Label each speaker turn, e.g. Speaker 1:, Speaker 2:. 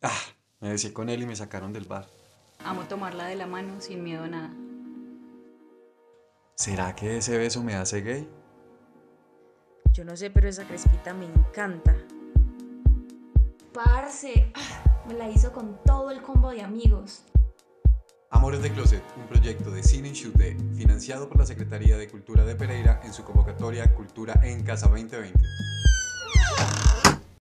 Speaker 1: Ah, Me besé con él y me sacaron del bar.
Speaker 2: Amo tomarla de la mano sin miedo a nada.
Speaker 1: ¿Será que ese beso me hace gay?
Speaker 3: Yo no sé, pero esa crespita me encanta.
Speaker 4: Parce, ah, me la hizo con todo el combo de amigos.
Speaker 5: Amores de Closet, un proyecto de Cine y Chute, financiado por la Secretaría de Cultura de Pereira en su convocatoria Cultura en Casa 2020.